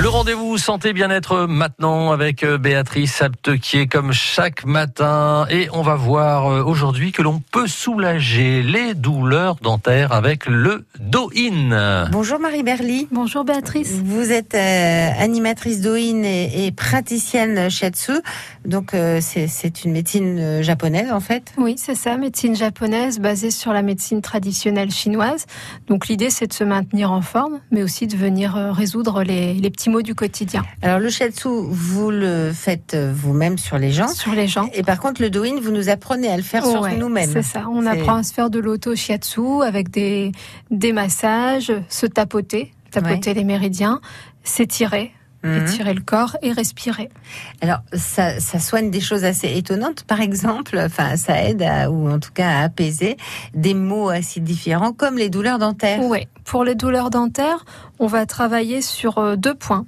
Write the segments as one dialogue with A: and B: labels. A: Le rendez-vous santé bien-être maintenant avec euh, Béatrice Aptequier comme chaque matin et on va voir euh, aujourd'hui que l'on peut soulager les douleurs dentaires avec le Doin.
B: Bonjour Marie Berly.
C: Bonjour Béatrice.
B: Vous êtes euh, animatrice Doin et, et praticienne Shetsu. Donc euh, c'est- c'est une médecine euh, japonaise en fait.
C: Oui, c'est ça, médecine japonaise basée sur la médecine traditionnelle chinoise. Donc l'idée, c'est de se maintenir en forme, mais aussi de venir euh, résoudre les, les petits maux du quotidien
B: Alors le Shetsu, vous le faites euh, vous-même sur les gens.
C: sur les gens.
B: Et par contre le Doin, vous nous apprenez à le faire sur
C: Ouais,
B: nous-mêmes.
C: C'est ça, on
B: C'est-
C: apprend à se faire de l'auto-shiatsu avec des, des massages, se tapoter, tapoter les méridiens, s'étirer,
B: Mhm.
C: étirer le corps et respirer.
B: Alors ça, ça soigne des choses assez étonnantes. Par exemple, enfin ça aide à- ou en tout cas à apaiser des maux assez différents comme les douleurs dentaires.
C: Oui, pour les douleurs dentaires, on va travailler sur euh, deux points.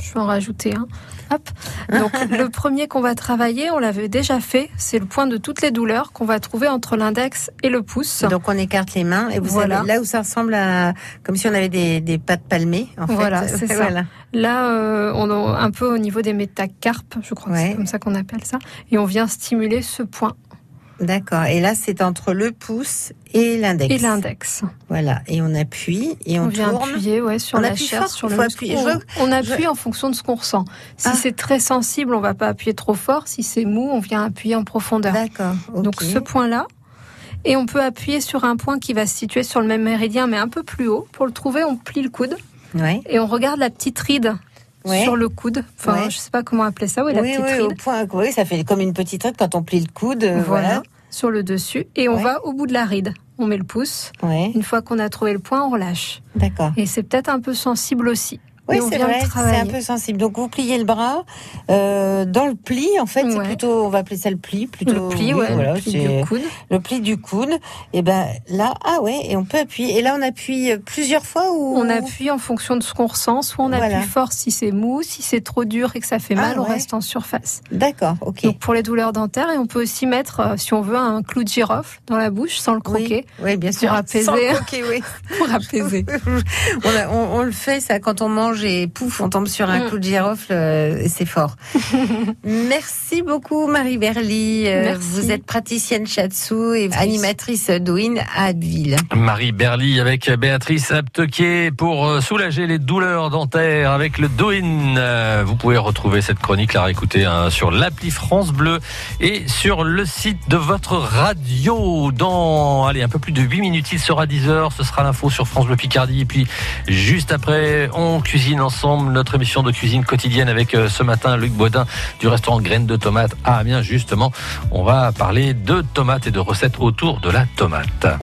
C: Je vais en rajouter un. Hop. Donc, le premier qu'on va travailler, on l'avait déjà fait, c'est le point de toutes les douleurs qu'on va trouver entre l'index et le pouce.
B: Donc on écarte les mains et vous
C: Voilà.
B: savez, là où ça ressemble à comme si on avait des, des pattes palmées en
C: Voilà,
B: fait.
C: c'est ça.
B: Voilà.
C: Là, euh, on est un peu au niveau des métacarpes, je crois que
B: Ouais.
C: c'est comme ça qu'on appelle ça, et on vient stimuler ce point
B: D'accord. Et là c'est entre le pouce et l'index.
C: et l'index.
B: Voilà. Et on appuie et on,
C: On, vient
B: tourne.
C: appuyer ouais, sur
B: On
C: la
B: appuie
C: chair,
B: fort,
C: sur
B: il
C: le
B: faut
C: muscle.
B: appuyer. Je
C: On,
B: vois-
C: on appuie en fonction de ce qu'on ressent. Si
B: Ah.
C: c'est très sensible, on va pas appuyer trop fort. Si c'est mou, on vient appuyer en profondeur.
B: D'accord. ok.
C: Donc ce point-là. Et on peut appuyer sur un point qui va se situer sur le même méridien, mais un peu plus haut. Pour le trouver, on plie le coude
B: Ouais.
C: et on regarde la petite ride
B: Ouais.
C: sur le coude. Enfin,
B: Ouais.
C: je sais pas comment appeler ça. Oui, la
B: oui,
C: petite
B: oui, au
C: ride.
B: point. Oui, ça fait comme une petite ride quand on plie le coude. euh,
C: Voilà.
B: Voilà.
C: Sur le dessus. Et on
B: Ouais.
C: va au bout de la ride. On met le pouce.
B: Ouais.
C: Une fois qu'on a trouvé le point, on relâche.
B: D'accord.
C: Et c'est peut-être un peu sensible aussi.
B: Oui,
C: Mais on
B: c'est
C: vient le
B: vrai, c'est un
C: travailler.
B: peu sensible. Donc vous pliez le bras euh, dans le pli, en fait, c'est
C: Ouais.
B: plutôt, on va appeler ça le pli, plutôt
C: le pli,
B: oui,
C: ouais,
B: voilà,
C: le pli
B: c'est-
C: du coude.
B: le pli du coude. Et ben là, ah ouais, et on peut appuyer. Et là, on appuie euh, plusieurs fois ou
C: On appuie en fonction de ce qu'on ressent. Soit on
B: Voilà.
C: appuie fort si c'est mou, si c'est trop dur et que ça fait
B: Ah,
C: mal, on
B: ouais.
C: reste en surface.
B: D'accord, ok.
C: Donc pour les douleurs dentaires, et on peut aussi mettre, euh, si on veut, un clou de girofle dans la bouche sans le croquer.
B: Oui, oui, bien sûr.
C: apaiser.
B: Sans le croquer, oui.
C: Pour apaiser.
B: on, a- on- on le fait ça quand on mange et pouf, on tombe sur un
C: Mm.
B: clou de girofle, euh, et c'est fort. Merci beaucoup Marie Berly. Euh,
C: Merci.
B: Vous êtes praticienne Shatsu et animatrice Douin à Abbeville.
A: Marie Berly avec Béatrice Aptequier pour euh, soulager les douleurs dentaires avec le Doin. Euh, Vous pouvez retrouver cette chronique, la réécouter hein, sur l'appli France Bleu et sur le site de votre radio. Dans allez, un peu plus de 8 minutes, il sera 10h, ce sera l'info sur France Bleu Picardie. Et puis juste après, on cuisine ensemble notre émission de cuisine quotidienne avec euh, ce matin Luc Baudin du restaurant Graines de Ah, Tomates à Amiens. Justement, on va parler de tomates et de recettes autour de la tomate.